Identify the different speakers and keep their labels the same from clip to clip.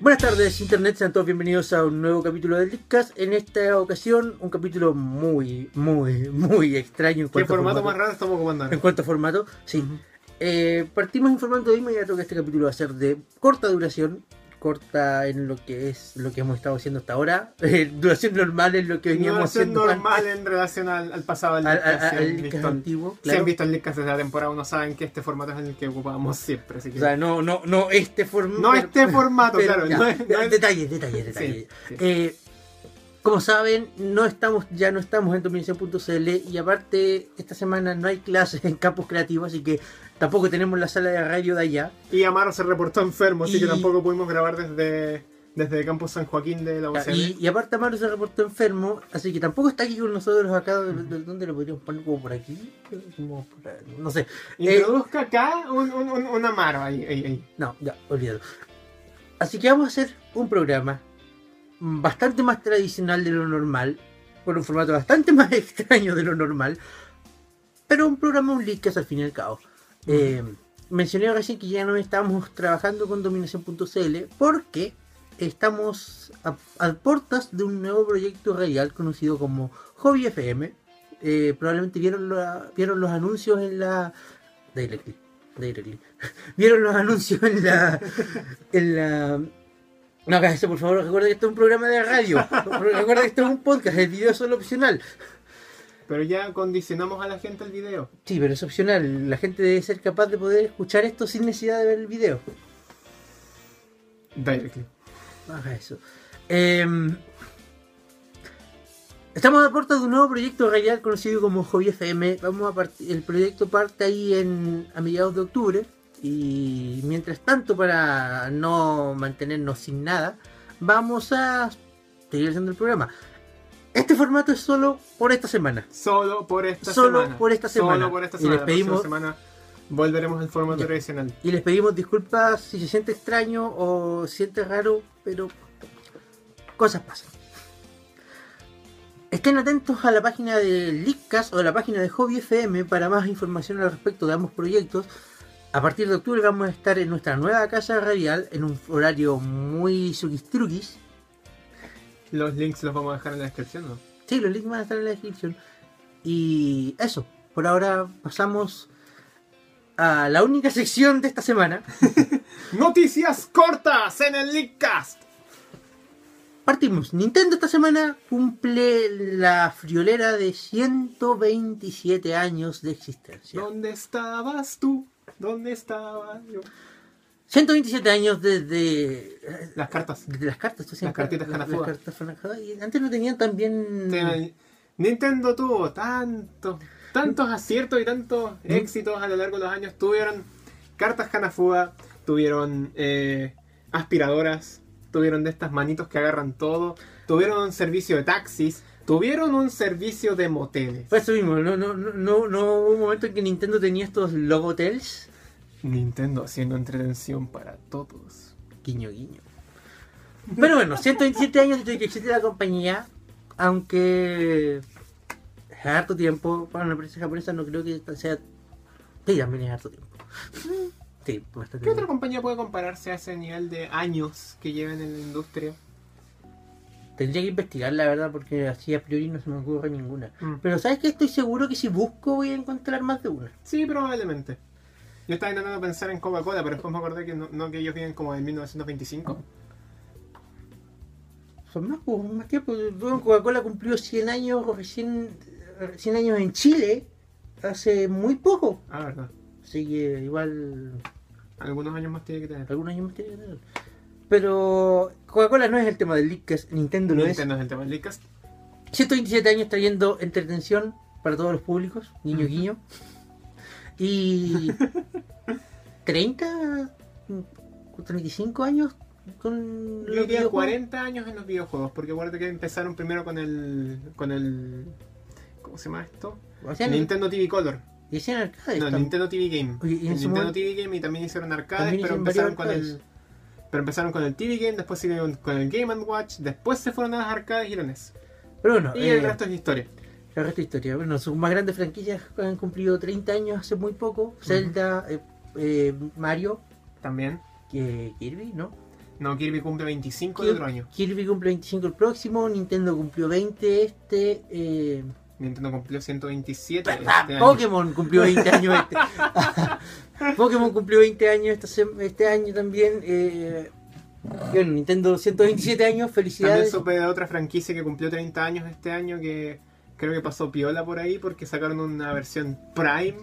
Speaker 1: Buenas tardes, Internet. Sean todos bienvenidos a un nuevo capítulo del Leadcast. En esta ocasión, un capítulo muy, muy, muy extraño. en
Speaker 2: ¿Qué
Speaker 1: cuanto a
Speaker 2: formato más
Speaker 1: formato.
Speaker 2: raro estamos
Speaker 1: En
Speaker 2: comandando?
Speaker 1: cuanto a formato, sí. Eh, partimos informando de inmediato que este capítulo va a ser de corta duración, corta en lo que es lo que hemos estado haciendo hasta ahora, eh, duración normal en lo que veníamos
Speaker 2: No es
Speaker 1: haciendo
Speaker 2: normal
Speaker 1: antes,
Speaker 2: en relación al, al pasado del
Speaker 1: al, al-
Speaker 2: Leadcast,
Speaker 1: al- al
Speaker 2: si han
Speaker 1: Leadcast
Speaker 2: visto-
Speaker 1: antiguo,
Speaker 2: Si
Speaker 1: claro.
Speaker 2: han visto el Leadcast de la temporada, uno saben que este formato es el que ocupábamos siempre. Así que...
Speaker 1: o sea, no, no, no este formato.
Speaker 2: no este formato, claro.
Speaker 1: ya,
Speaker 2: no es- no es-
Speaker 1: detalles, detalles, detalles.
Speaker 2: Sí, sí.
Speaker 1: Eh, como saben, no estamos, ya no estamos en dominación.cl y aparte esta semana no hay clases en campus creativo, así que tampoco tenemos la sala de radio de allá.
Speaker 2: Y Amaro se reportó enfermo, así
Speaker 1: Y-
Speaker 2: que tampoco pudimos grabar desde, desde Campus San Joaquín de la
Speaker 1: Ya,
Speaker 2: UCB.
Speaker 1: Y, y aparte Amaro se reportó enfermo, así que tampoco está aquí con nosotros acá, ¿dónde lo podríamos poner? ¿Como por aquí? Como por- no sé,
Speaker 2: Introduzca acá un, un, un, un Amaro ahí, ahí, ahí.
Speaker 1: no, ya, olvídalo. Así que vamos a hacer un programa bastante más tradicional de lo normal, con un formato bastante más extraño de lo normal, pero un programa, un leak que es al fin y al cabo. Eh, mencioné recién que ya no estamos trabajando con dominación.cl porque estamos a, a puertas de un nuevo proyecto radial conocido como Hobby FM. Eh, probablemente vieron, la- vieron los anuncios en la... Directly, directly. Vieron los anuncios en la... En la no hagas eso, por favor. Recuerda que esto es un programa de radio. Recuerda que esto es un podcast. El video es solo opcional.
Speaker 2: Pero ya condicionamos a la gente el video.
Speaker 1: Sí, pero es opcional. La gente debe ser capaz de poder escuchar esto sin necesidad de ver el video.
Speaker 2: Directly.
Speaker 1: Baja eso. Em, estamos a puertas de un nuevo proyecto radial conocido como Hobby FM. Vamos a part- el proyecto parte ahí en, a mediados de octubre. Y mientras tanto, para no mantenernos sin nada, vamos a seguir haciendo el programa. Este formato es solo por esta semana.
Speaker 2: Solo por esta
Speaker 1: Solo
Speaker 2: semana.
Speaker 1: por esta semana.
Speaker 2: Solo por esta
Speaker 1: Y
Speaker 2: semana.
Speaker 1: les
Speaker 2: La próxima
Speaker 1: pedimos-
Speaker 2: semana volveremos al formato
Speaker 1: Ya.
Speaker 2: tradicional.
Speaker 1: Y les pedimos disculpas si se siente extraño o siente raro, pero cosas pasan. Estén atentos a la página de Leakcast o a la página de Hobby FM para más información al respecto de ambos proyectos. A partir de octubre vamos a estar en nuestra nueva casa radial en un horario muy suquistruquis.
Speaker 2: Los links los vamos a dejar en la descripción, ¿no?
Speaker 1: Sí, los links van a estar en la descripción. Y eso, por ahora pasamos a la única sección de esta semana.
Speaker 2: Noticias cortas en el Leakcast.
Speaker 1: Partimos. Nintendo esta semana cumple la friolera de 127 años de existencia.
Speaker 2: ¿Dónde estabas tú? ¿Dónde estaba yo?
Speaker 1: 127 años desde,
Speaker 2: Las cartas.
Speaker 1: desde las cartas. esto siempre-
Speaker 2: cartitas
Speaker 1: las- las
Speaker 2: Hanafuda.
Speaker 1: cartas Hanafuda. Y antes no tenían tan bien...
Speaker 2: Tenían- Nintendo tuvo tantos, tantos aciertos y tantos éxitos a lo largo de los años. Tuvieron cartas Hanafuda, tuvieron eh, aspiradoras, tuvieron de estas manitos que agarran todo, tuvieron un servicio de taxis, tuvieron un servicio de moteles.
Speaker 1: Fue eso mismo. Pues No, no, no, no, no hubo un momento en que Nintendo tenía estos logotels.
Speaker 2: Nintendo haciendo entretención para todos.
Speaker 1: Guiño, guiño. Pero bueno, 127 años desde que existe la compañía, aunque es harto tiempo para una empresa japonesa, no creo que esta sea... Sí, también es harto tiempo. Sí, bastante
Speaker 2: ¿Qué otra
Speaker 1: tiempo.
Speaker 2: compañía puede compararse a ese nivel de años que llevan en la industria?
Speaker 1: Tendría que investigar, la verdad, porque así a priori no se me ocurre ninguna.
Speaker 2: Mm.
Speaker 1: Pero sabes que estoy seguro que si busco voy a encontrar más de una.
Speaker 2: Sí, probablemente. Yo estaba intentando pensar en Coca-Cola, pero después me acordé que no, no, que ellos vienen como en 1925.
Speaker 1: Son más, pues, más tiempo. Bueno, Coca-Cola cumplió 100 años recién, 100 años en Chile hace muy poco.
Speaker 2: Ah, verdad.
Speaker 1: Así que igual
Speaker 2: Algunos años más tiene que tener.
Speaker 1: algunos años más tiene que tener. Pero Coca-Cola no es el tema del Leadcast, Nintendo lo
Speaker 2: Nintendo es el tema del Leadcast.
Speaker 1: es. 127 años trayendo entretención para todos los públicos, guiño guiño. Y 30, 35 años con
Speaker 2: Yo diría
Speaker 1: videojuegos.
Speaker 2: 40 años en los videojuegos, porque acuérdate que empezaron primero con el. con el. ¿Cómo se llama esto?
Speaker 1: Hacían-
Speaker 2: Nintendo TV Color.
Speaker 1: Y hacían arcades
Speaker 2: No, el
Speaker 1: también.
Speaker 2: Nintendo TV Game.
Speaker 1: Oye, y en
Speaker 2: El
Speaker 1: su
Speaker 2: Nintendo
Speaker 1: momento-
Speaker 2: TV Game y también hicieron arcades,
Speaker 1: También
Speaker 2: pero
Speaker 1: hicieron
Speaker 2: empezaron con
Speaker 1: varios
Speaker 2: el. Pero empezaron con el TV Game, después siguieron con el Game and Watch, después se fueron a las arcades y la NES.
Speaker 1: Pero bueno,
Speaker 2: Y
Speaker 1: eh,
Speaker 2: el resto es historia.
Speaker 1: La resto de historia. Bueno, sus más grandes franquicias han cumplido 30 años hace muy poco. Zelda, eh, eh, Mario,
Speaker 2: También.
Speaker 1: que- Kirby, ¿no?
Speaker 2: No, Kirby cumple 25 de
Speaker 1: Kir-
Speaker 2: otro año.
Speaker 1: Kirby cumple 25 el próximo, Nintendo cumplió 20 este, eh,
Speaker 2: Nintendo cumplió 127 este
Speaker 1: ah,
Speaker 2: año.
Speaker 1: Pokémon cumplió 20 años este. Pokémon cumplió 20 años esta sem- este año también. eh, y bueno, Nintendo 127 años,
Speaker 2: También
Speaker 1: felicidades.
Speaker 2: supe de otra franquicia que cumplió 30 años este año que creo que pasó piola por ahí porque sacaron una versión Prime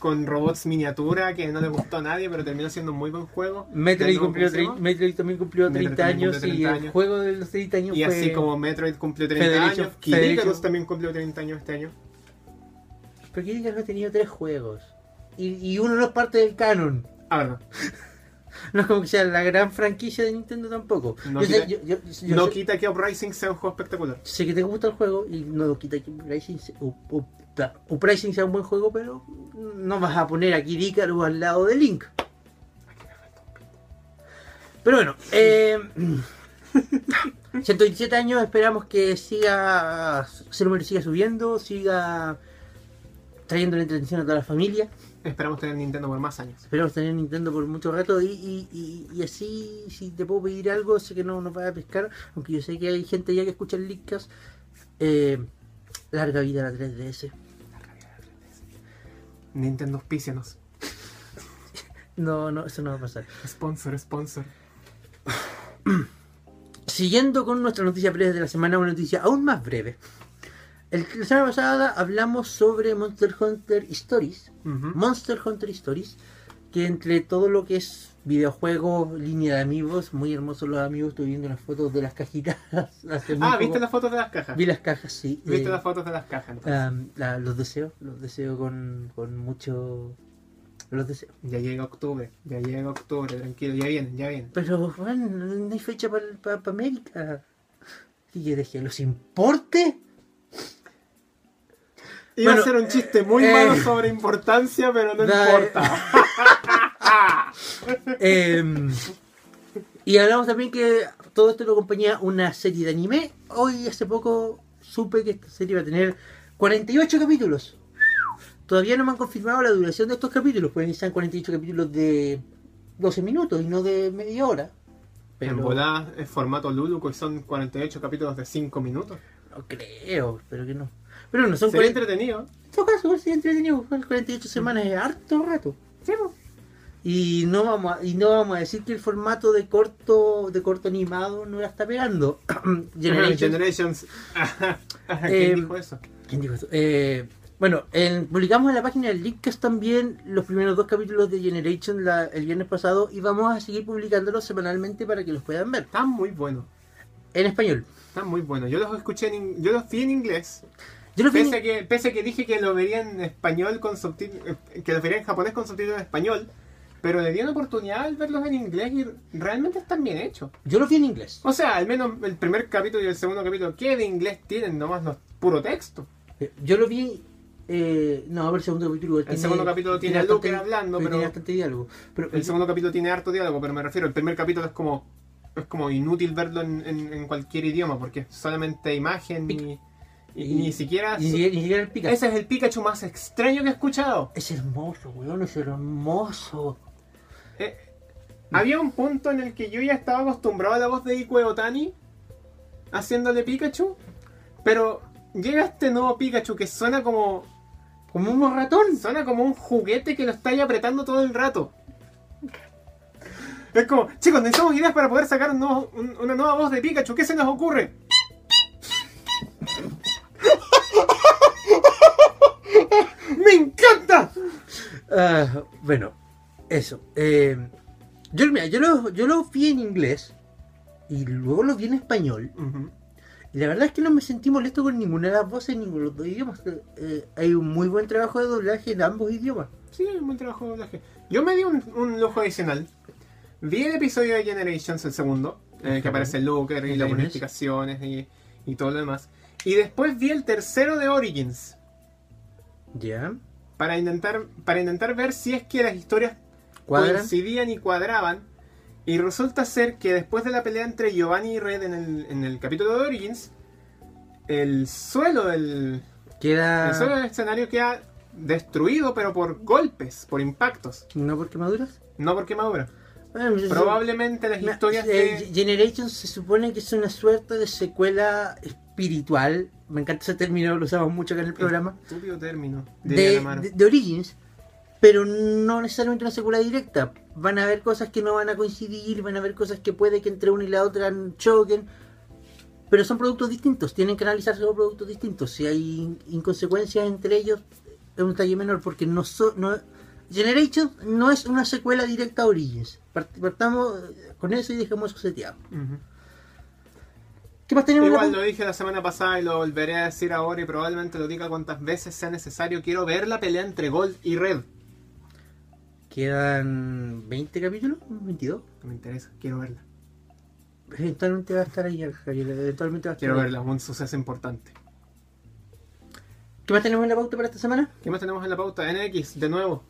Speaker 2: con robots miniatura que no le gustó a nadie pero terminó siendo un muy buen juego.
Speaker 1: Metroid,
Speaker 2: Del nuevo,
Speaker 1: cumplió
Speaker 2: ¿cómo se llama?
Speaker 1: tre- Metroid también cumplió
Speaker 2: Metroid
Speaker 1: 30
Speaker 2: también
Speaker 1: años
Speaker 2: cumplió
Speaker 1: y
Speaker 2: 30
Speaker 1: el
Speaker 2: años.
Speaker 1: juego de los 30 años
Speaker 2: Y
Speaker 1: fue...
Speaker 2: así como Metroid cumplió 30
Speaker 1: Federico-
Speaker 2: años, Kid Icarus
Speaker 1: Federico-
Speaker 2: también cumplió 30 años este año.
Speaker 1: Pero Kid Icarus ha tenido tres juegos. Y, y uno no es parte del canon.
Speaker 2: Ah, verdad.
Speaker 1: No es como que sea la gran franquicia de Nintendo tampoco.
Speaker 2: No
Speaker 1: yo, sé,
Speaker 2: quita-
Speaker 1: yo- yo- yo
Speaker 2: No
Speaker 1: sé-
Speaker 2: quita que Uprising sea un juego espectacular.
Speaker 1: sé que te gusta el juego y no quita que Uprising, se- Up- Up- ta- Uprising sea un buen juego, pero no vas a poner a Kid Icarus al lado de Link. Pero bueno, eh, 127 años, esperamos que siga, ese número siga subiendo, siga trayendo la entretención a toda la familia.
Speaker 2: Esperamos tener Nintendo por más años.
Speaker 1: Esperamos tener Nintendo por mucho rato y, y- y- y así, si te puedo pedir algo, sé que no nos va a pescar, aunque yo sé que hay gente ya que escucha el Leadcast, eh, larga vida a la 3DS.
Speaker 2: Nintendo auspícianos.
Speaker 1: No, no, eso no va a pasar.
Speaker 2: Sponsor, sponsor.
Speaker 1: Siguiendo con nuestra noticia breve de la semana, una noticia aún más breve. El, la semana pasada hablamos sobre Monster Hunter Stories,
Speaker 2: Ujú.
Speaker 1: Monster Hunter Stories, que entre todo lo que es videojuegos, línea de amigos, muy hermosos los amigos, estoy viendo las fotos de las cajitas. hace muy
Speaker 2: Ah,
Speaker 1: poco.
Speaker 2: ¿viste las fotos de las cajas?
Speaker 1: Vi las cajas, sí.
Speaker 2: ¿Viste
Speaker 1: eh,
Speaker 2: las fotos de las cajas? entonces?
Speaker 1: am, la- los deseo, los deseo con, con mucho... Los deseo.
Speaker 2: Ya llega octubre, ya llega octubre, tranquilo, ya vienen, ya vienen.
Speaker 1: Pero, Juan, no hay fecha para América. Y yo dije, ¿los importe?
Speaker 2: Iba
Speaker 1: Bueno,
Speaker 2: a ser un chiste muy
Speaker 1: eh,
Speaker 2: malo sobre importancia, pero no
Speaker 1: da-
Speaker 2: importa.
Speaker 1: Em, y hablamos también que todo esto lo acompaña una serie de anime. Hoy, hace poco, supe que esta serie va a tener 48 capítulos. Todavía no me han confirmado la duración de estos capítulos, pues están 48 capítulos de 12 minutos y no de media hora.
Speaker 2: En volada es formato Luluco y son 48 capítulos de 5 minutos.
Speaker 1: No creo, pero que no. Pero no, son
Speaker 2: Sería
Speaker 1: 40.
Speaker 2: entretenido.
Speaker 1: En todo caso, igual sería entretenido. igual 48 semanas es harto rato. Y no vamos a, y no vamos a decir que el formato de corto de corto animado no la está pegando. Generation.
Speaker 2: Generations. Eh, ¿Quién
Speaker 1: Em,
Speaker 2: dijo eso?
Speaker 1: ¿Quién dijo eso? Eh, bueno, en- publicamos en la página del Leadcast también los primeros dos capítulos de Generation la- el viernes pasado y vamos a seguir publicándolos semanalmente para que los puedan ver.
Speaker 2: Están muy buenos,
Speaker 1: En español.
Speaker 2: están muy buenos. Yo los escuché en in- yo los vi en inglés.
Speaker 1: Yo los vi en-
Speaker 2: Pese a que, pese a que dije que lo vería en español con subtítulos, eh, que los vería en japonés con subtítulos en español, pero le di una oportunidad al verlos en inglés y realmente están bien hechos.
Speaker 1: yo los vi en inglés.
Speaker 2: O sea, al menos el primer capítulo y el segundo capítulo, ¿qué de inglés tienen? Nomás los puro texto.
Speaker 1: Yo lo vi. Eh, no, a ver, el segundo capítulo.
Speaker 2: El segundo capítulo tiene a
Speaker 1: bastante-
Speaker 2: Luke hablando, pero-
Speaker 1: Tiene bastante diálogo. Pero
Speaker 2: El segundo capítulo tiene harto diálogo, pero me refiero, el primer capítulo es como es como inútil verlo en, en- en cualquier idioma, porque es solamente imagen y, y- y ni siquiera...
Speaker 1: Ni siquiera, ni siquiera el pica.
Speaker 2: Ese es el Pikachu más extraño que he escuchado.
Speaker 1: Es hermoso, weón, es hermoso.
Speaker 2: Eh, había un punto en el que yo ya estaba acostumbrado a la voz de Ikue Otani haciéndole Pikachu, pero llega este nuevo Pikachu que suena como
Speaker 1: Como un ratón.
Speaker 2: Suena como un juguete que lo estáis apretando todo el rato. Es como, chicos, necesitamos ideas para poder sacar un nuevo- un- una nueva voz de Pikachu. ¿Qué se nos ocurre? ¡Me encanta!
Speaker 1: Ah, bueno, eso. Eh, yo, mira, yo, lo, yo lo vi en inglés y luego lo vi en español.
Speaker 2: Ujú.
Speaker 1: Y la verdad es que no me sentí molesto con ninguna de las voces en ninguno de los dos idiomas. Eh, hay un muy buen trabajo de doblaje en ambos idiomas.
Speaker 2: Sí, un buen trabajo de doblaje. Yo me di un, un lujo adicional. Vi el episodio de Generations, el segundo, en el
Speaker 1: Ujú.
Speaker 2: que aparece Looker y
Speaker 1: Ujú.
Speaker 2: las bonificaciones y, y todo lo demás. Y después vi el tercero de Origins,
Speaker 1: ¿Ya?
Speaker 2: para intentar, para intentar ver si es que las historias
Speaker 1: ¿Cuadran?
Speaker 2: coincidían y cuadraban. Y resulta ser que después de la pelea entre Giovanni y Red en el, en el capítulo de Origins, el suelo del,
Speaker 1: ¿Queda...?
Speaker 2: el suelo del escenario queda destruido, pero por golpes, por impactos,
Speaker 1: ¿No Ah, por quemaduras?
Speaker 2: no por quemadura.
Speaker 1: Bueno, yo-
Speaker 2: Probablemente las
Speaker 1: Na-
Speaker 2: historias
Speaker 1: eh,
Speaker 2: de...
Speaker 1: Ge- Generations se supone que es una suerte de secuela espiritual. Me encanta ese término, lo usamos mucho acá en el programa.
Speaker 2: Estúpido término. De,
Speaker 1: De,
Speaker 2: Yanamaro.
Speaker 1: de- de Origins, pero no necesariamente una secuela directa. Van a haber cosas que no van a coincidir, van a haber cosas que puede que entre una y la otra choquen. Pero son productos distintos, tienen que analizarse como productos distintos. Si hay in- inconsecuencias entre ellos, es un talle menor, porque no, so- no Generations no es una secuela directa a Origins. Part- Partamos eh, con eso y dejemos eso seteado.
Speaker 2: Ujú.
Speaker 1: ¿Qué más tenemos?
Speaker 2: Igual
Speaker 1: Napo?
Speaker 2: lo dije la semana pasada y lo volveré a decir ahora y probablemente lo diga cuantas veces sea necesario. Quiero ver la pelea entre Gold y Red.
Speaker 1: Quedan 20 capítulos, 22.
Speaker 2: No me interesa, quiero verla.
Speaker 1: Eventualmente va a estar ahí, Javier. Eventualmente va a estar
Speaker 2: Quiero
Speaker 1: ahí.
Speaker 2: verla, un suceso importante.
Speaker 1: ¿Qué más tenemos en la pauta para esta semana?
Speaker 2: ¿Qué más tenemos en la pauta? NX, de nuevo,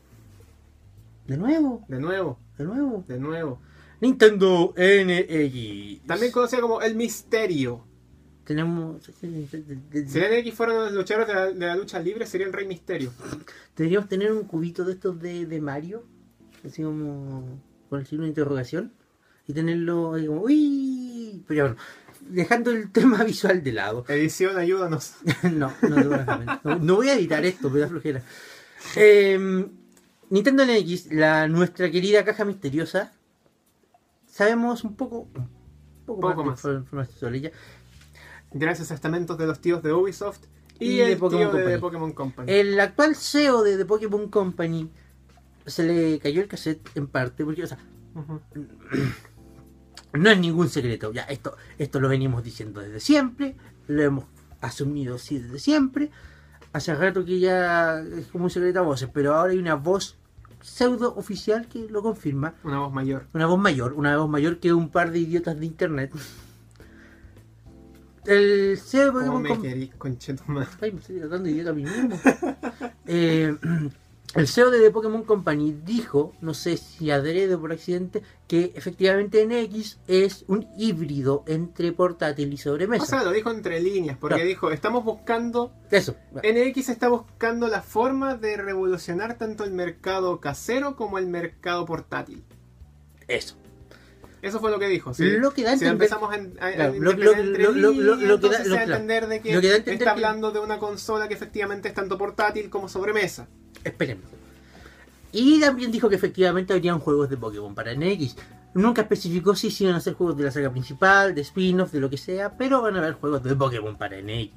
Speaker 1: De nuevo,
Speaker 2: de nuevo,
Speaker 1: de nuevo.
Speaker 2: de nuevo.
Speaker 1: Nintendo NX.
Speaker 2: También conocida como El Misterio.
Speaker 1: tenemos.
Speaker 2: Si el NX fueran los luchadores de la, de la lucha libre, sería el Rey Misterio.
Speaker 1: Deberíamos tener un cubito de estos de, de Mario. Así como. Con el signo de interrogación. Y tenerlo ahí como. ¡Uy! Pero ya bueno. Dejando el tema visual de lado.
Speaker 2: Edición, ayúdanos.
Speaker 1: no, no, seguramente. no, no voy a editar esto, me da flojera. Eh, Nintendo NX, la, nuestra querida caja misteriosa, sabemos un poco, un poco,
Speaker 2: Poco
Speaker 1: más,
Speaker 2: más.
Speaker 1: de infor- información sobre ella.
Speaker 2: Gracias a estamentos de los tíos de Ubisoft y,
Speaker 1: Y de
Speaker 2: el tío
Speaker 1: Pokémon
Speaker 2: de,
Speaker 1: Company. Eh,
Speaker 2: Pokémon Company.
Speaker 1: El actual CEO de The Pokémon Company se le cayó el cassette en parte, porque, o sea,
Speaker 2: Ujú.
Speaker 1: No es ningún secreto, ya esto, esto lo venimos diciendo desde siempre, lo hemos asumido así desde siempre. Hace rato que ya es como un secreto a voces, pero ahora hay una voz pseudo oficial que lo confirma.
Speaker 2: Una voz mayor.
Speaker 1: Una voz mayor, una voz mayor que un par de idiotas de internet. El CEO de
Speaker 2: ¿Cómo
Speaker 1: Pokémon
Speaker 2: me
Speaker 1: Com-
Speaker 2: querí, conchetumá?
Speaker 1: Ay, me estoy tratando de idiota a mí mismo. Eh, el CEO de The Pokémon Company dijo, no sé si adrede o por accidente, que efectivamente NX es un híbrido entre portátil y
Speaker 2: O sea,
Speaker 1: sobremesa.
Speaker 2: lo dijo entre líneas, porque
Speaker 1: Claro.
Speaker 2: dijo, estamos buscando,
Speaker 1: Eso.
Speaker 2: NX está buscando la forma de revolucionar tanto el mercado casero como el mercado portátil.
Speaker 1: Eso.
Speaker 2: Eso fue lo que dijo. ¿sí?
Speaker 1: Lo que da a
Speaker 2: si
Speaker 1: entender-
Speaker 2: empezamos en- a, a
Speaker 1: Claro, lo-
Speaker 2: interpretar
Speaker 1: lo-
Speaker 2: entre
Speaker 1: lo- lo-
Speaker 2: líneas,
Speaker 1: lo- lo que da-
Speaker 2: entonces
Speaker 1: lo-
Speaker 2: se va a
Speaker 1: claro.
Speaker 2: entender de que,
Speaker 1: Lo que da a entender
Speaker 2: está
Speaker 1: que-
Speaker 2: hablando de una consola que efectivamente es tanto portátil como sobremesa.
Speaker 1: Esperemos. Y también dijo que efectivamente habrían juegos de Pokémon para NX. Nunca especificó si se iban a hacer juegos de la saga principal, de spin-off, de lo que sea, pero van a haber juegos de Pokémon para NX.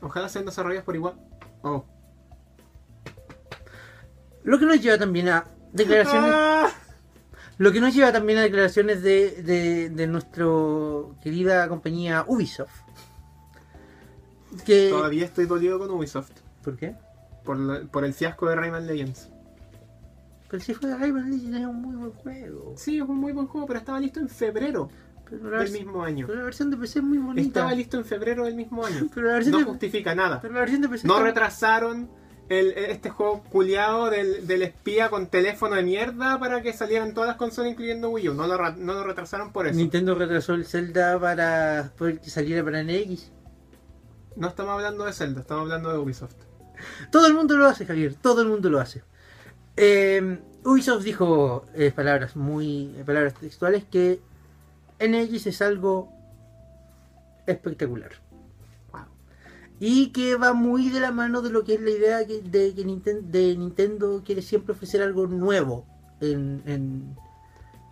Speaker 2: Ojalá sean desarrollados por igual. Oh.
Speaker 1: Lo que nos lleva también a declaraciones
Speaker 2: Ah,
Speaker 1: Lo que nos lleva también a declaraciones de, de, de nuestra querida compañía Ubisoft. Que,
Speaker 2: Todavía estoy dolido con Ubisoft
Speaker 1: ¿Por qué?
Speaker 2: por, la- por el fiasco de Rayman Legends.
Speaker 1: Pero si fue de Rayman Legends es un muy buen juego.
Speaker 2: Sí, es un muy buen juego, pero estaba listo en febrero
Speaker 1: Pero la,
Speaker 2: del
Speaker 1: vers-
Speaker 2: mismo año.
Speaker 1: pero la versión de PC es muy bonita.
Speaker 2: Estaba listo en febrero del mismo año.
Speaker 1: Pero la versión,
Speaker 2: No
Speaker 1: de,
Speaker 2: justifica nada.
Speaker 1: pero la versión de PC
Speaker 2: No
Speaker 1: está-
Speaker 2: retrasaron el, este juego culiado del, del espía con teléfono de mierda para que salieran todas las consolas incluyendo Wii U. No lo, ra- no lo retrasaron por eso.
Speaker 1: Nintendo retrasó el Zelda para poder que saliera para NX.
Speaker 2: No estamos hablando de Zelda, estamos hablando de Ubisoft.
Speaker 1: Todo el mundo lo hace, Javier. Todo el mundo lo hace. Eh, Ubisoft dijo eh, palabras muy eh, palabras textuales que NX es algo espectacular.
Speaker 2: Wow.
Speaker 1: Y que va muy de la mano de lo que es la idea que- de que Ninten- de Nintendo quiere siempre ofrecer algo nuevo. En, en,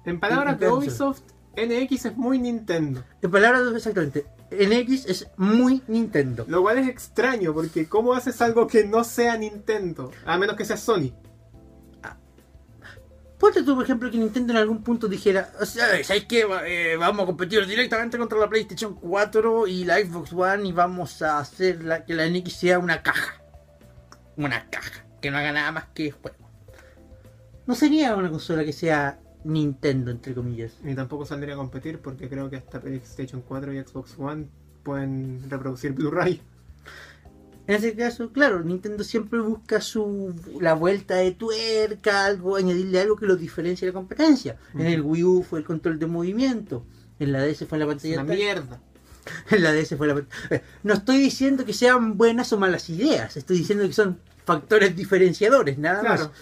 Speaker 2: En palabras de
Speaker 1: Nintendo.
Speaker 2: Ubisoft, NX es muy Nintendo.
Speaker 1: en palabras de- exactamente, NX es muy Nintendo.
Speaker 2: Lo cual es extraño, porque ¿cómo haces algo que no sea Nintendo? A menos que sea Sony.
Speaker 1: Ponte tú, por ejemplo, que Nintendo en algún punto dijera, o sea, ¿sabes qué? Va- eh, vamos a competir directamente contra la PlayStation 4 y la Xbox One y vamos a hacer la, que la NX sea una caja. Una caja, que no haga nada más que juego. No sería una consola que sea Nintendo, entre comillas.
Speaker 2: Ni tampoco saldría a competir, porque creo que hasta PlayStation 4 y Xbox One pueden reproducir Blu-ray.
Speaker 1: En ese caso, claro, Nintendo siempre busca su la vuelta de tuerca, algo, añadirle algo que lo diferencie de la competencia. En el Wii U fue el control de movimiento, en la DS fue la
Speaker 2: Es
Speaker 1: pantalla
Speaker 2: una
Speaker 1: táctil.
Speaker 2: mierda.
Speaker 1: La DS fue la. eh, No estoy diciendo que sean buenas o malas ideas, estoy diciendo que son factores diferenciadores, nada más.
Speaker 2: Claro.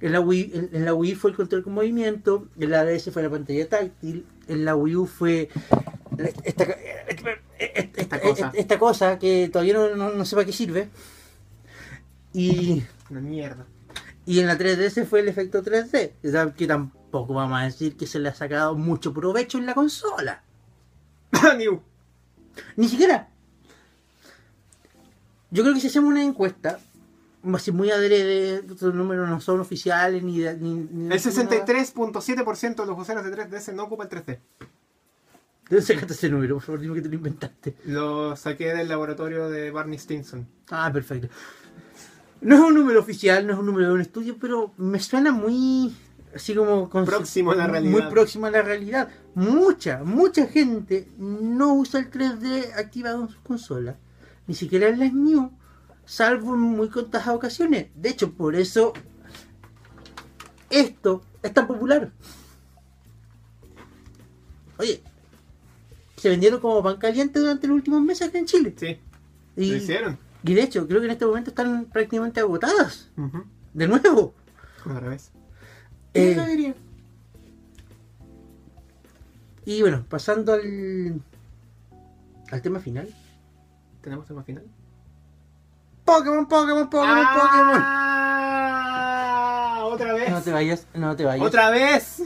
Speaker 1: En la, Wii, en, en la Wii fue el control con movimiento, en la DS fue la pantalla táctil, en la Wii U fue la- esta, eh, esta, eh,
Speaker 2: Esta cosa.
Speaker 1: esta cosa que todavía no, no, no sé para qué sirve. Y,
Speaker 2: Una mierda.
Speaker 1: y en la 3DS fue el efecto 3D, o sea, que tampoco vamos a decir que se le ha sacado mucho provecho en la consola.
Speaker 2: New.
Speaker 1: Ni siquiera. Yo creo que si hacemos una encuesta, así muy adrede, estos números no son oficiales ni... de- ni, ni-
Speaker 2: El 63.7% de los usuarios de 3DS no ocupan 3D.
Speaker 1: ¿De dónde sacaste ese número? Por favor, dime que te lo inventaste.
Speaker 2: Lo saqué del laboratorio de Barney Stinson.
Speaker 1: Ah, perfecto. No es un número oficial, no es un número de un estudio, pero me suena muy... Así como... con-
Speaker 2: Próximo a la realidad.
Speaker 1: Muy próximo a la realidad. Mucha, mucha gente no usa el 3D activado en sus consolas. Ni siquiera en las New. Salvo en muy contadas ocasiones. De hecho, por eso... Esto es tan popular. Oye... Se vendieron como pan caliente durante los últimos meses acá en Chile.
Speaker 2: Sí,
Speaker 1: Y-
Speaker 2: lo hicieron.
Speaker 1: y de hecho, creo que en este momento están prácticamente agotadas.
Speaker 2: Ujú.
Speaker 1: De nuevo.
Speaker 2: Otra vez.
Speaker 1: Eh,
Speaker 2: Yo diría.
Speaker 1: y bueno, pasando al, al tema final.
Speaker 2: ¿Tenemos tema final?
Speaker 1: Pokémon, Pokémon, Pokémon,
Speaker 2: ¡Ah! ¡Otra
Speaker 1: Pokémon. No
Speaker 2: vez!
Speaker 1: te vayas, no te vayas. Otra,
Speaker 2: ¡Otra vez!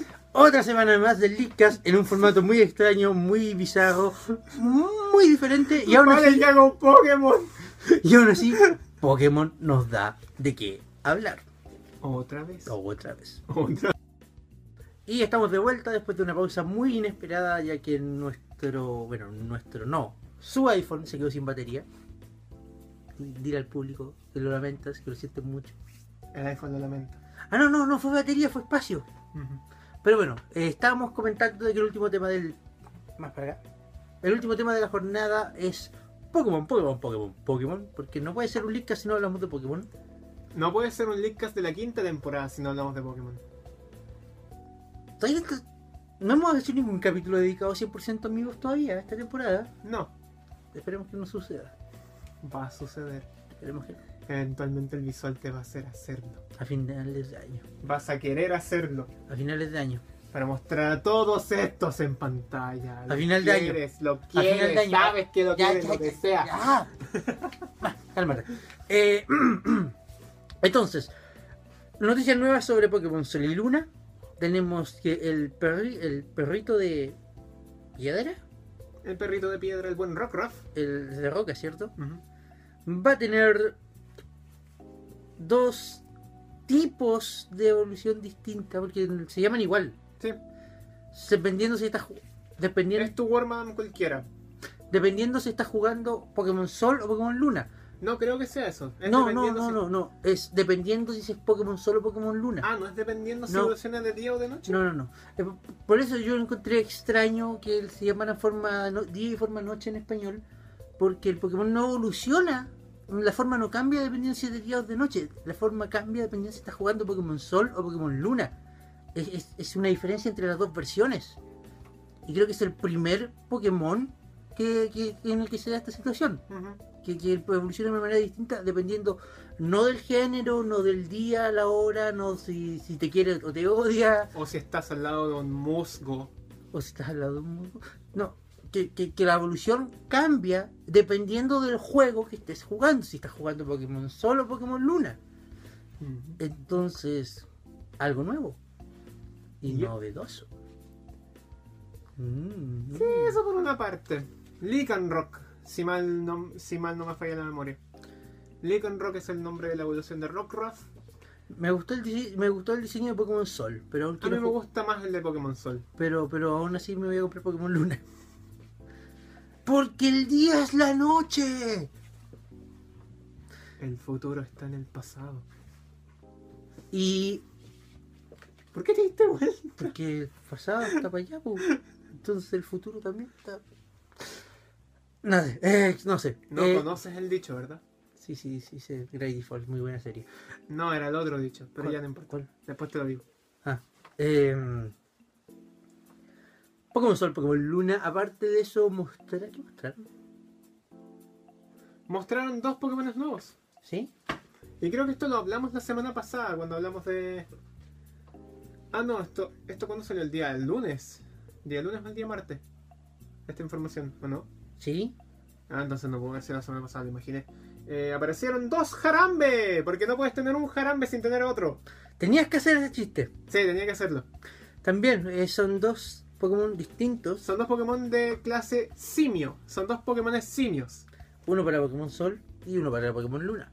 Speaker 1: semana más del Leadcast en un formato muy extraño, muy bizarro, muy diferente. Y aún
Speaker 2: Vale,
Speaker 1: así,
Speaker 2: ya con Pokémon.
Speaker 1: y aún así Pokémon nos da de qué hablar.
Speaker 2: Otra vez.
Speaker 1: Otra vez.
Speaker 2: Otra.
Speaker 1: Y estamos de vuelta después de una pausa muy inesperada, ya que nuestro, bueno, nuestro no, su iPhone se quedó sin batería. Dile al público que lo lamentas, que lo sientes mucho.
Speaker 2: El iPhone lo lamenta.
Speaker 1: Ah, no, no, no fue batería, fue espacio.
Speaker 2: Ujú.
Speaker 1: Pero bueno, eh, estábamos comentando de que el último tema del. Más para acá. El último tema de la jornada es Pokémon, Pokémon, Pokémon, Pokémon, porque no puede ser un leak si no hablamos de Pokémon.
Speaker 2: No puede ser un leakcast de la quinta temporada si no hablamos de Pokémon.
Speaker 1: Todavía está- no hemos hecho ningún capítulo dedicado 100% amigos todavía esta temporada.
Speaker 2: No,
Speaker 1: Esperemos que no suceda.
Speaker 2: va a suceder.
Speaker 1: Esperemos que no.
Speaker 2: Eventualmente el visual te va a hacer hacerlo.
Speaker 1: A finales de año.
Speaker 2: Vas a querer hacerlo.
Speaker 1: A finales de año.
Speaker 2: Para mostrar a todos estos en pantalla. Lo
Speaker 1: final de año.
Speaker 2: quieres, Lo
Speaker 1: final
Speaker 2: quieres,
Speaker 1: de año.
Speaker 2: sabes que lo
Speaker 1: Ya,
Speaker 2: quieres,
Speaker 1: ya,
Speaker 2: lo que
Speaker 1: ya,
Speaker 2: sea.
Speaker 1: ya. Ah, Cálmate. Eh, entonces, noticias nuevas sobre Pokémon Sol y Luna. Tenemos que el, perri- el perrito de piedra,
Speaker 2: El perrito de piedra, el buen Rockruff.
Speaker 1: el de roca, ¿cierto?
Speaker 2: Ujú.
Speaker 1: Va a tener dos tipos de evolución distinta, porque se llaman igual.
Speaker 2: Sí,
Speaker 1: Dependiendo si estás ju- dependiendo,
Speaker 2: es tu Warman cualquiera.
Speaker 1: dependiendo si estás jugando Pokémon Sol o Pokémon Luna.
Speaker 2: No creo que sea eso. Es
Speaker 1: No, no,
Speaker 2: dependiendo
Speaker 1: no,
Speaker 2: si-
Speaker 1: no, no. Es dependiendo si es Pokémon solo o Pokémon Luna.
Speaker 2: Ah, no es dependiendo si
Speaker 1: No.
Speaker 2: evoluciona de día o de noche.
Speaker 1: No, no, no. Eh, Por eso yo encontré extraño que él se llamara forma no- día y forma noche en español. Porque el Pokémon no evoluciona. La forma no cambia dependiendo si es de día o de noche. La forma cambia dependiendo si estás jugando Pokémon Sol o Pokémon Luna. Es, es- es una diferencia entre las dos versiones. Y creo que es el primer Pokémon que- que- que en el que se da esta situación
Speaker 2: Ujú.
Speaker 1: que, que evoluciona de una manera distinta dependiendo no del género, no del día, la hora, no si, si te quiere o te odia,
Speaker 2: O si estás al lado de un musgo.
Speaker 1: o si estás al lado de un mundo. No, que, que- que la evolución cambia dependiendo del juego que estés jugando. Si estás jugando Pokémon Sol o Pokémon Luna. Entonces, algo nuevo y
Speaker 2: Ya.
Speaker 1: novedoso. Mm,
Speaker 2: Sí, eso por una parte. Rock, si mal no, si mal no me falla la memoria. Rock es el nombre de la evolución de Rockruff.
Speaker 1: Me gustó el dise- me gustó el diseño de Pokémon Sol, pero aún
Speaker 2: A mí
Speaker 1: quiero
Speaker 2: me
Speaker 1: ju-
Speaker 2: gusta más el de Pokémon Sol.
Speaker 1: pero pero aún así me voy a comprar Pokémon Luna. Porque el día es la noche
Speaker 2: El futuro está en el pasado.
Speaker 1: y
Speaker 2: ¿Por qué te diste vuelta?
Speaker 1: porque el pasado está para allá, pues. entonces el futuro también está. No sé, eh, no sé.
Speaker 2: No
Speaker 1: eh,
Speaker 2: conoces el dicho, ¿verdad?
Speaker 1: Sí sí sí, sí Great Default, muy buena serie.
Speaker 2: No, era el otro dicho, pero
Speaker 1: ¿Cuál-
Speaker 2: ya no importa.
Speaker 1: cuál?
Speaker 2: Después te lo digo.
Speaker 1: Ah, em, Pokémon Sol, Pokémon Luna, aparte de eso, mostrar, ¿qué mostraron?
Speaker 2: Mostraron dos Pokémon nuevos.
Speaker 1: ¿Sí?
Speaker 2: Y creo que esto lo hablamos la semana pasada cuando hablamos de. Ah, no, esto, esto cuando salió el día, el lunes. Día lunes o el día martes. Esta información, ¿o no?
Speaker 1: ¿Sí?
Speaker 2: Ah, entonces no puedo haber sido la semana pasada, lo imaginé. Eh, aparecieron dos jarambe, porque no puedes tener un jarambe sin tener otro.
Speaker 1: Tenías que hacer ese chiste.
Speaker 2: Sí, tenía que hacerlo.
Speaker 1: También eh, son dos Pokémon distintos.
Speaker 2: Son dos Pokémon de clase simio. Son dos Pokémon simios.
Speaker 1: Uno para Pokémon Sol y uno para Pokémon Luna.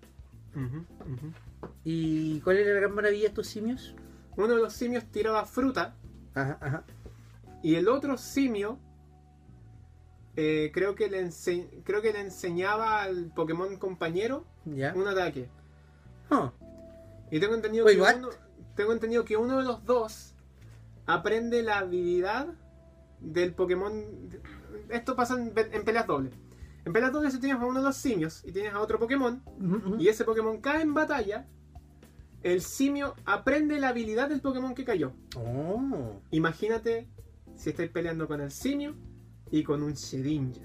Speaker 2: Ujú, ujú.
Speaker 1: ¿Y cuál era la gran maravilla de estos simios?
Speaker 2: Uno de los simios tiraba fruta
Speaker 1: Ajá, ajá.
Speaker 2: Y el otro simio eh, creo, que le ense- creo que le enseñaba al Pokémon compañero
Speaker 1: Ya.
Speaker 2: un ataque.
Speaker 1: Oh,
Speaker 2: Y tengo entendido,
Speaker 1: Wait,
Speaker 2: que
Speaker 1: what?
Speaker 2: uno, tengo entendido que uno de los dos aprende la habilidad del Pokémon. Esto pasa en, pe- en peleas dobles. En peleas dobles si tienes a uno de los simios y tienes a otro Pokémon
Speaker 1: ujú, ujú.
Speaker 2: y ese Pokémon cae en batalla, el simio aprende la habilidad del Pokémon que cayó.
Speaker 1: Oh,
Speaker 2: Imagínate si estáis peleando con el simio y con un Shedinja.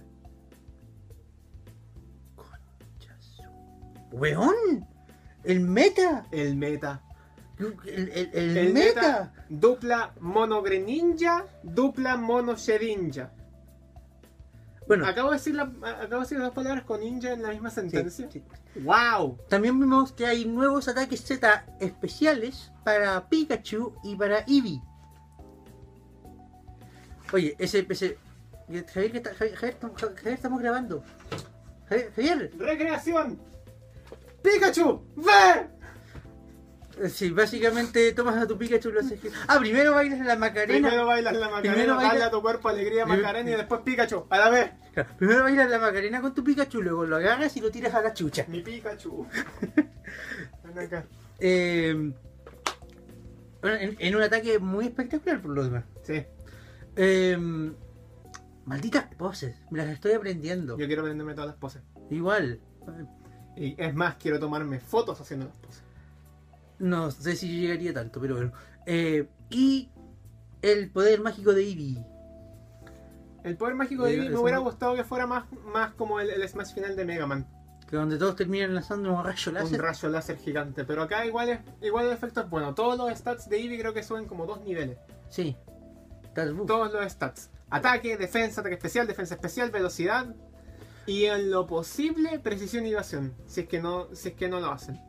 Speaker 1: ya su- ¡Weón! ¡El meta!
Speaker 2: El meta.
Speaker 1: ¡El, el- el
Speaker 2: El
Speaker 1: meta!
Speaker 2: Dupla mono Greninja, dupla mono Shedinja.
Speaker 1: Bueno,
Speaker 2: Acabo, de decir la- acabo de decir las dos palabras con ninja en la misma
Speaker 1: sí,
Speaker 2: sentencia.
Speaker 1: sí.
Speaker 2: ¡Wow!
Speaker 1: También vimos que hay nuevos ataques Z especiales para Pikachu y para Eevee. Oye, ese ese- Javier, que está- Javier, Javier, estamos- Javier, estamos grabando. Javier, Javier.
Speaker 2: ¡Recreación! ¡Pikachu! ¡Ver!
Speaker 1: Eh, Sí, básicamente tomas a tu Pikachu y lo haces. Ah, primero bailas la Macarena.
Speaker 2: Primero
Speaker 1: Primero,
Speaker 2: bailas la Macarena,
Speaker 1: Primero baila-
Speaker 2: dale a tu cuerpo alegría
Speaker 1: Primero-
Speaker 2: Macarena y después Pikachu. A la vez,
Speaker 1: bailas la Macarena con tu Pikachu, luego lo agarras y lo tiras a la chucha.
Speaker 2: mi Pikachu. Ven acá.
Speaker 1: Eh, bueno, en, en un ataque muy espectacular por lo demás.
Speaker 2: Sí,
Speaker 1: Eh, malditas poses, me las estoy aprendiendo.
Speaker 2: yo quiero aprenderme todas las poses.
Speaker 1: Igual.
Speaker 2: Y es más, quiero tomarme fotos haciendo las poses.
Speaker 1: No sé si yo llegaría tanto, pero bueno. Eh, y el poder mágico de Eevee.
Speaker 2: El poder mágico de
Speaker 1: Eh,
Speaker 2: Eevee me
Speaker 1: eso
Speaker 2: hubiera
Speaker 1: no-
Speaker 2: gustado que fuera más, más como el, el smash final de Mega Man.
Speaker 1: Que donde todos terminan lanzando un rayo
Speaker 2: Un
Speaker 1: láser.
Speaker 2: rayo láser gigante. Pero acá igual, es, igual el efecto es bueno. Todos los stats de Eevee creo que suben como dos niveles.
Speaker 1: sí. Tal vez.
Speaker 2: Todos los stats. Ataque, defensa, ataque especial, defensa especial, velocidad. Y en lo posible, precisión y evasión. Si es que no, si es que no lo hacen.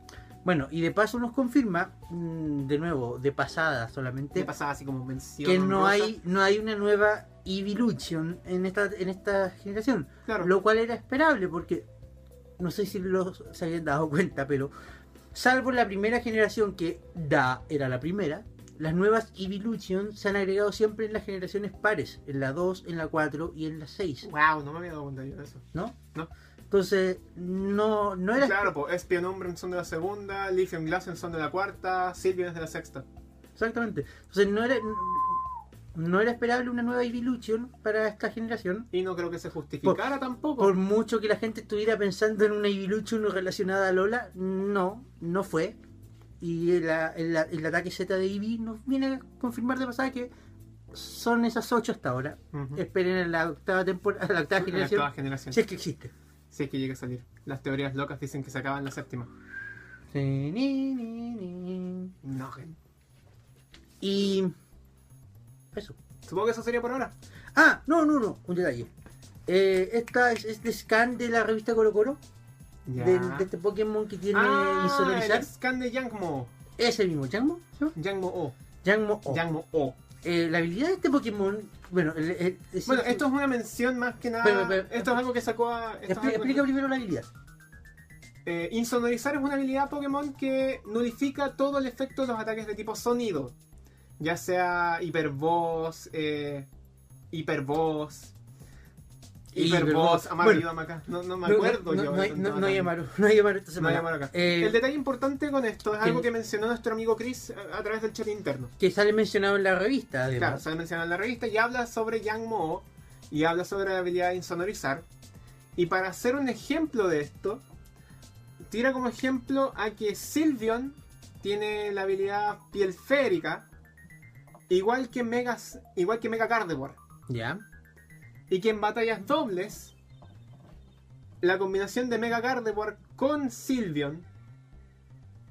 Speaker 1: Bueno, y de paso nos confirma, mm, de nuevo, de pasada solamente,
Speaker 2: Te pasaba así como mención.
Speaker 1: que no
Speaker 2: honrosa.
Speaker 1: hay, no hay una nueva Eeveelution en esta, en esta generación.
Speaker 2: Claro.
Speaker 1: Lo cual era esperable porque no sé si los se habían dado cuenta, pero salvo la primera generación que da era la primera, las nuevas Evolution se han agregado siempre en las generaciones pares, en la 2, en la 4 y en la 6,
Speaker 2: Wow, no me había dado cuenta yo de eso.
Speaker 1: ¿no?
Speaker 2: No.
Speaker 1: Entonces, no, no era
Speaker 2: Claro, pues Espion Umbren son de la segunda, Lithium Glassen son de la cuarta, Sylveon es de la sexta.
Speaker 1: exactamente. Entonces, no era no era esperable una nueva Evolution para esta generación.
Speaker 2: Y no creo que se justificara tampoco.
Speaker 1: Por mucho que la gente estuviera pensando en una Evolution relacionada a Lola, no, no fue. Y el, el- el ataque Z de Eevee nos viene a confirmar de pasada que son esas ocho hasta ahora.
Speaker 2: Ujú.
Speaker 1: Esperen a la octava temporada, a la octava
Speaker 2: La
Speaker 1: generación,
Speaker 2: octava generación.
Speaker 1: si es que existe.
Speaker 2: Si es que llega a salir. Las teorías locas dicen que se acaba en la séptima. No, gen.
Speaker 1: Y... Eso.
Speaker 2: Supongo que eso sería por ahora.
Speaker 1: Ah, no, no, no, un detalle. Eh, esta es, es de scan de la revista Colo Colo,
Speaker 2: Ya.
Speaker 1: de, de este Pokémon que tiene
Speaker 2: ah,
Speaker 1: insolarizar.
Speaker 2: el scan de Yangmo.
Speaker 1: Ese mismo, Yangmo. ¿sí?
Speaker 2: Yangmo O.
Speaker 1: Yangmo O.
Speaker 2: Yangmo O.
Speaker 1: Eh, la habilidad de este Pokémon, bueno, el- el- es-
Speaker 2: Bueno,
Speaker 1: es-
Speaker 2: esto es una mención más que nada.
Speaker 1: Pero, pero,
Speaker 2: esto es algo que sacó a. esto es
Speaker 1: expli-
Speaker 2: algo-
Speaker 1: explica primero la habilidad.
Speaker 2: Eh, insonorizar es una habilidad Pokémon que nulifica todo el efecto de los ataques de tipo sonido. Ya sea hipervoz, eh, hipervoz,
Speaker 1: Hipervoz.
Speaker 2: hipervoz, amarillo,
Speaker 1: Bueno,
Speaker 2: amaca. Ah, No, no me acuerdo
Speaker 1: no,
Speaker 2: yo.
Speaker 1: No,
Speaker 2: eso,
Speaker 1: no, no,
Speaker 2: acá.
Speaker 1: llamaron, no llamaron esta
Speaker 2: No
Speaker 1: semana.
Speaker 2: llamaron acá.
Speaker 1: Eh,
Speaker 2: el detalle importante con esto es
Speaker 1: que-
Speaker 2: algo que mencionó nuestro amigo Chris a, a través del chat interno.
Speaker 1: que sale mencionado en la revista,
Speaker 2: Claro,
Speaker 1: además.
Speaker 2: se menciona en la revista y habla sobre Yang Mo y habla sobre la habilidad de insonorizar. Y para hacer un ejemplo de esto, tira como ejemplo a que Sylveon tiene la habilidad piel férica, igual que Mega, igual que Mega Carnivore.
Speaker 1: Ya.
Speaker 2: Y que en batallas dobles, la combinación de Mega Gardevoir con Sylveon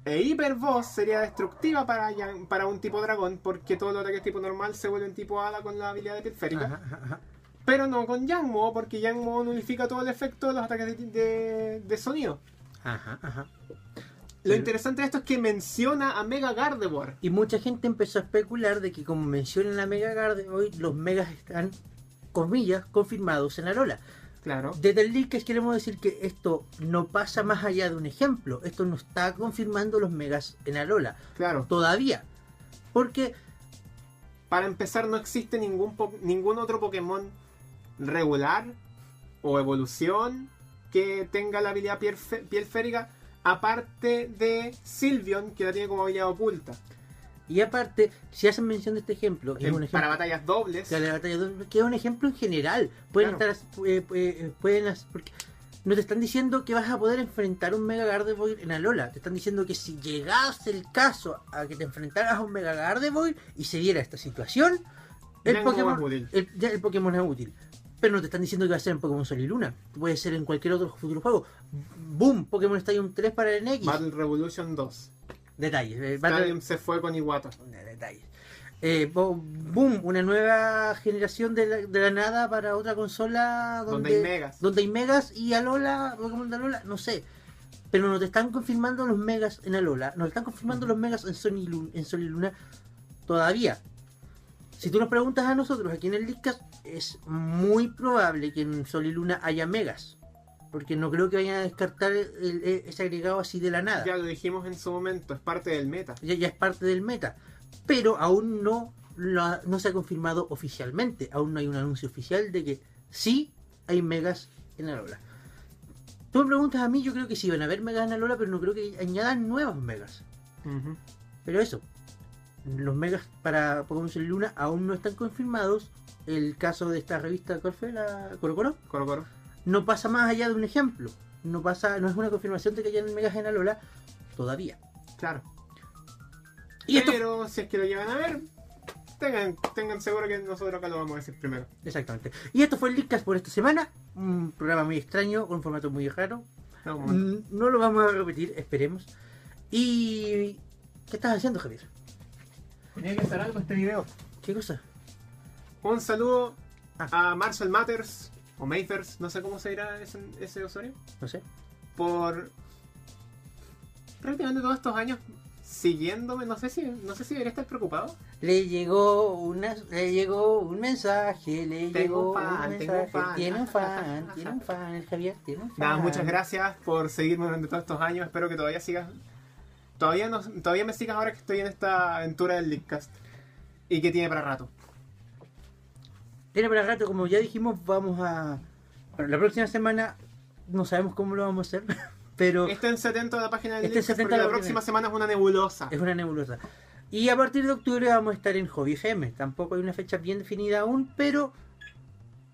Speaker 2: e Hyper Boss sería destructiva para, Yang- para un tipo dragón, porque todos los ataques tipo normal se vuelven tipo hada con la habilidad de Telférica.
Speaker 1: Ajá, ajá, ajá.
Speaker 2: Pero no con Yangmo, porque Yangmo nulifica todo el efecto de los ataques de, de- de sonido.
Speaker 1: Ajá, ajá.
Speaker 2: Lo
Speaker 1: Sí.
Speaker 2: interesante de esto es que menciona a Mega Gardevoir.
Speaker 1: Y mucha gente empezó a especular de que como mencionan la Mega Garden hoy, los megas están, comillas, confirmados en Arola.
Speaker 2: Claro.
Speaker 1: Desde el link queremos decir que esto no pasa más allá de un ejemplo. Esto no está confirmando los megas en Arola.
Speaker 2: Claro.
Speaker 1: Todavía. Porque
Speaker 2: Para empezar, no existe ningún, po- ningún otro Pokémon regular o evolución que tenga la habilidad piel, fe- piel férica, aparte de Sylveon, que la tiene como habilidad oculta.
Speaker 1: Y aparte, si hacen mención de este ejemplo, que es
Speaker 2: En-
Speaker 1: un ejemplo,
Speaker 2: para batallas dobles.
Speaker 1: que la batalla dos- que es un ejemplo en general, pueden
Speaker 2: Claro.
Speaker 1: estar, eh, eh, pueden, hacer- porque no te están diciendo que vas a poder enfrentar un Mega Gardevoir en Alola, te están diciendo que si llegase el caso a que te enfrentaras a un Mega Gardevoir y se diera esta situación, el
Speaker 2: Yango
Speaker 1: Pokémon,
Speaker 2: es útil.
Speaker 1: el, ya el Pokémon es útil. Pero no te están diciendo que va a ser en Pokémon Sol y Luna, puede ser en cualquier otro futuro juego. Boom, Pokémon Stadium 3 para el NX.
Speaker 2: Battle Revolution 2.
Speaker 1: Detalles, eh, Battle-
Speaker 2: Stadium se fue con Iwata.
Speaker 1: de detalles. Eh, bo- boom, una nueva generación de la, de la nada para otra consola
Speaker 2: Donde
Speaker 1: donde,
Speaker 2: hay megas.
Speaker 1: donde hay megas y Alola, Pokémon de Alola, no sé. Pero nos están confirmando los megas en Alola, nos están confirmando los megas en, Sony Lu- en Sol y Luna todavía. Si tú nos preguntas a nosotros aquí en el Discast, es muy probable que en Sol y Luna haya megas. Porque no creo que vayan a descartar el- el- ese agregado así de la nada
Speaker 2: Ya lo dijimos en su momento, es parte del meta.
Speaker 1: ya, ya es parte del meta, pero aún no, lo ha- no se ha confirmado oficialmente, aún no hay un anuncio oficial de que sí hay megas en Alola. Tú me preguntas a mí, yo creo que sí van a haber megas en Alola, pero no creo que añadan nuevas megas.
Speaker 2: Ujú.
Speaker 1: Pero eso, los megas para Pokémon Sol y Luna aún no están confirmados. El caso de esta revista, ¿cuál fue? La Coro Coro
Speaker 2: Coro, coro.
Speaker 1: no pasa más allá de un ejemplo. No pasa, no es una confirmación de que hayan megas en Alola todavía.
Speaker 2: Claro.
Speaker 1: Y esto
Speaker 2: Pero si es que lo llevan a ver, tengan, tengan seguro que nosotros acá lo vamos a decir primero.
Speaker 1: Exactamente. Y esto fue el Leadcast por esta semana. Un programa muy extraño, con un formato muy raro.
Speaker 2: No, un momento.
Speaker 1: Mm, No lo vamos a repetir, esperemos. Y. ¿Qué estás haciendo, Javier?
Speaker 2: Tenía que hacer algo este video.
Speaker 1: ¿Qué cosa?
Speaker 2: Un saludo
Speaker 1: Ah.
Speaker 2: a Marcel Matters o Mayfers, no sé cómo se dirá ese, ese usuario,
Speaker 1: No sé.
Speaker 2: por prácticamente todos estos años siguiéndome. No sé si, no sé si debería estar preocupado.
Speaker 1: Le llegó una, le llegó un mensaje, le
Speaker 2: Tengo
Speaker 1: llegó
Speaker 2: un fan,
Speaker 1: un
Speaker 2: tengo un
Speaker 1: mensaje.
Speaker 2: fan.
Speaker 1: Tiene un fan, tiene un fan, el Javier tiene un fan.
Speaker 2: Nada, muchas gracias por seguirme durante todos estos años. Espero que todavía sigas. Todavía, no, todavía me sigas ahora que estoy en esta aventura del Leadcast. Y que tiene para rato.
Speaker 1: Tiene para rato, como ya dijimos, vamos a. Bueno, la próxima semana no sabemos cómo lo vamos a hacer, pero.
Speaker 2: Estén atentos a la página del
Speaker 1: Estén
Speaker 2: Leadcast
Speaker 1: atentos
Speaker 2: porque
Speaker 1: a la
Speaker 2: la
Speaker 1: página.
Speaker 2: próxima semana es una nebulosa.
Speaker 1: Es una nebulosa. Y a partir de octubre vamos a estar en Hobby FM. Tampoco hay una fecha bien definida aún, pero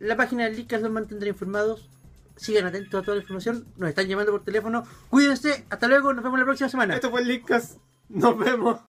Speaker 1: la página del Lickers los mantendrá informados. Sigan atentos a toda la información. Nos están llamando por teléfono. Cuídense. Hasta luego. Nos vemos la próxima semana.
Speaker 2: Esto fue el Leadcast. Nos vemos.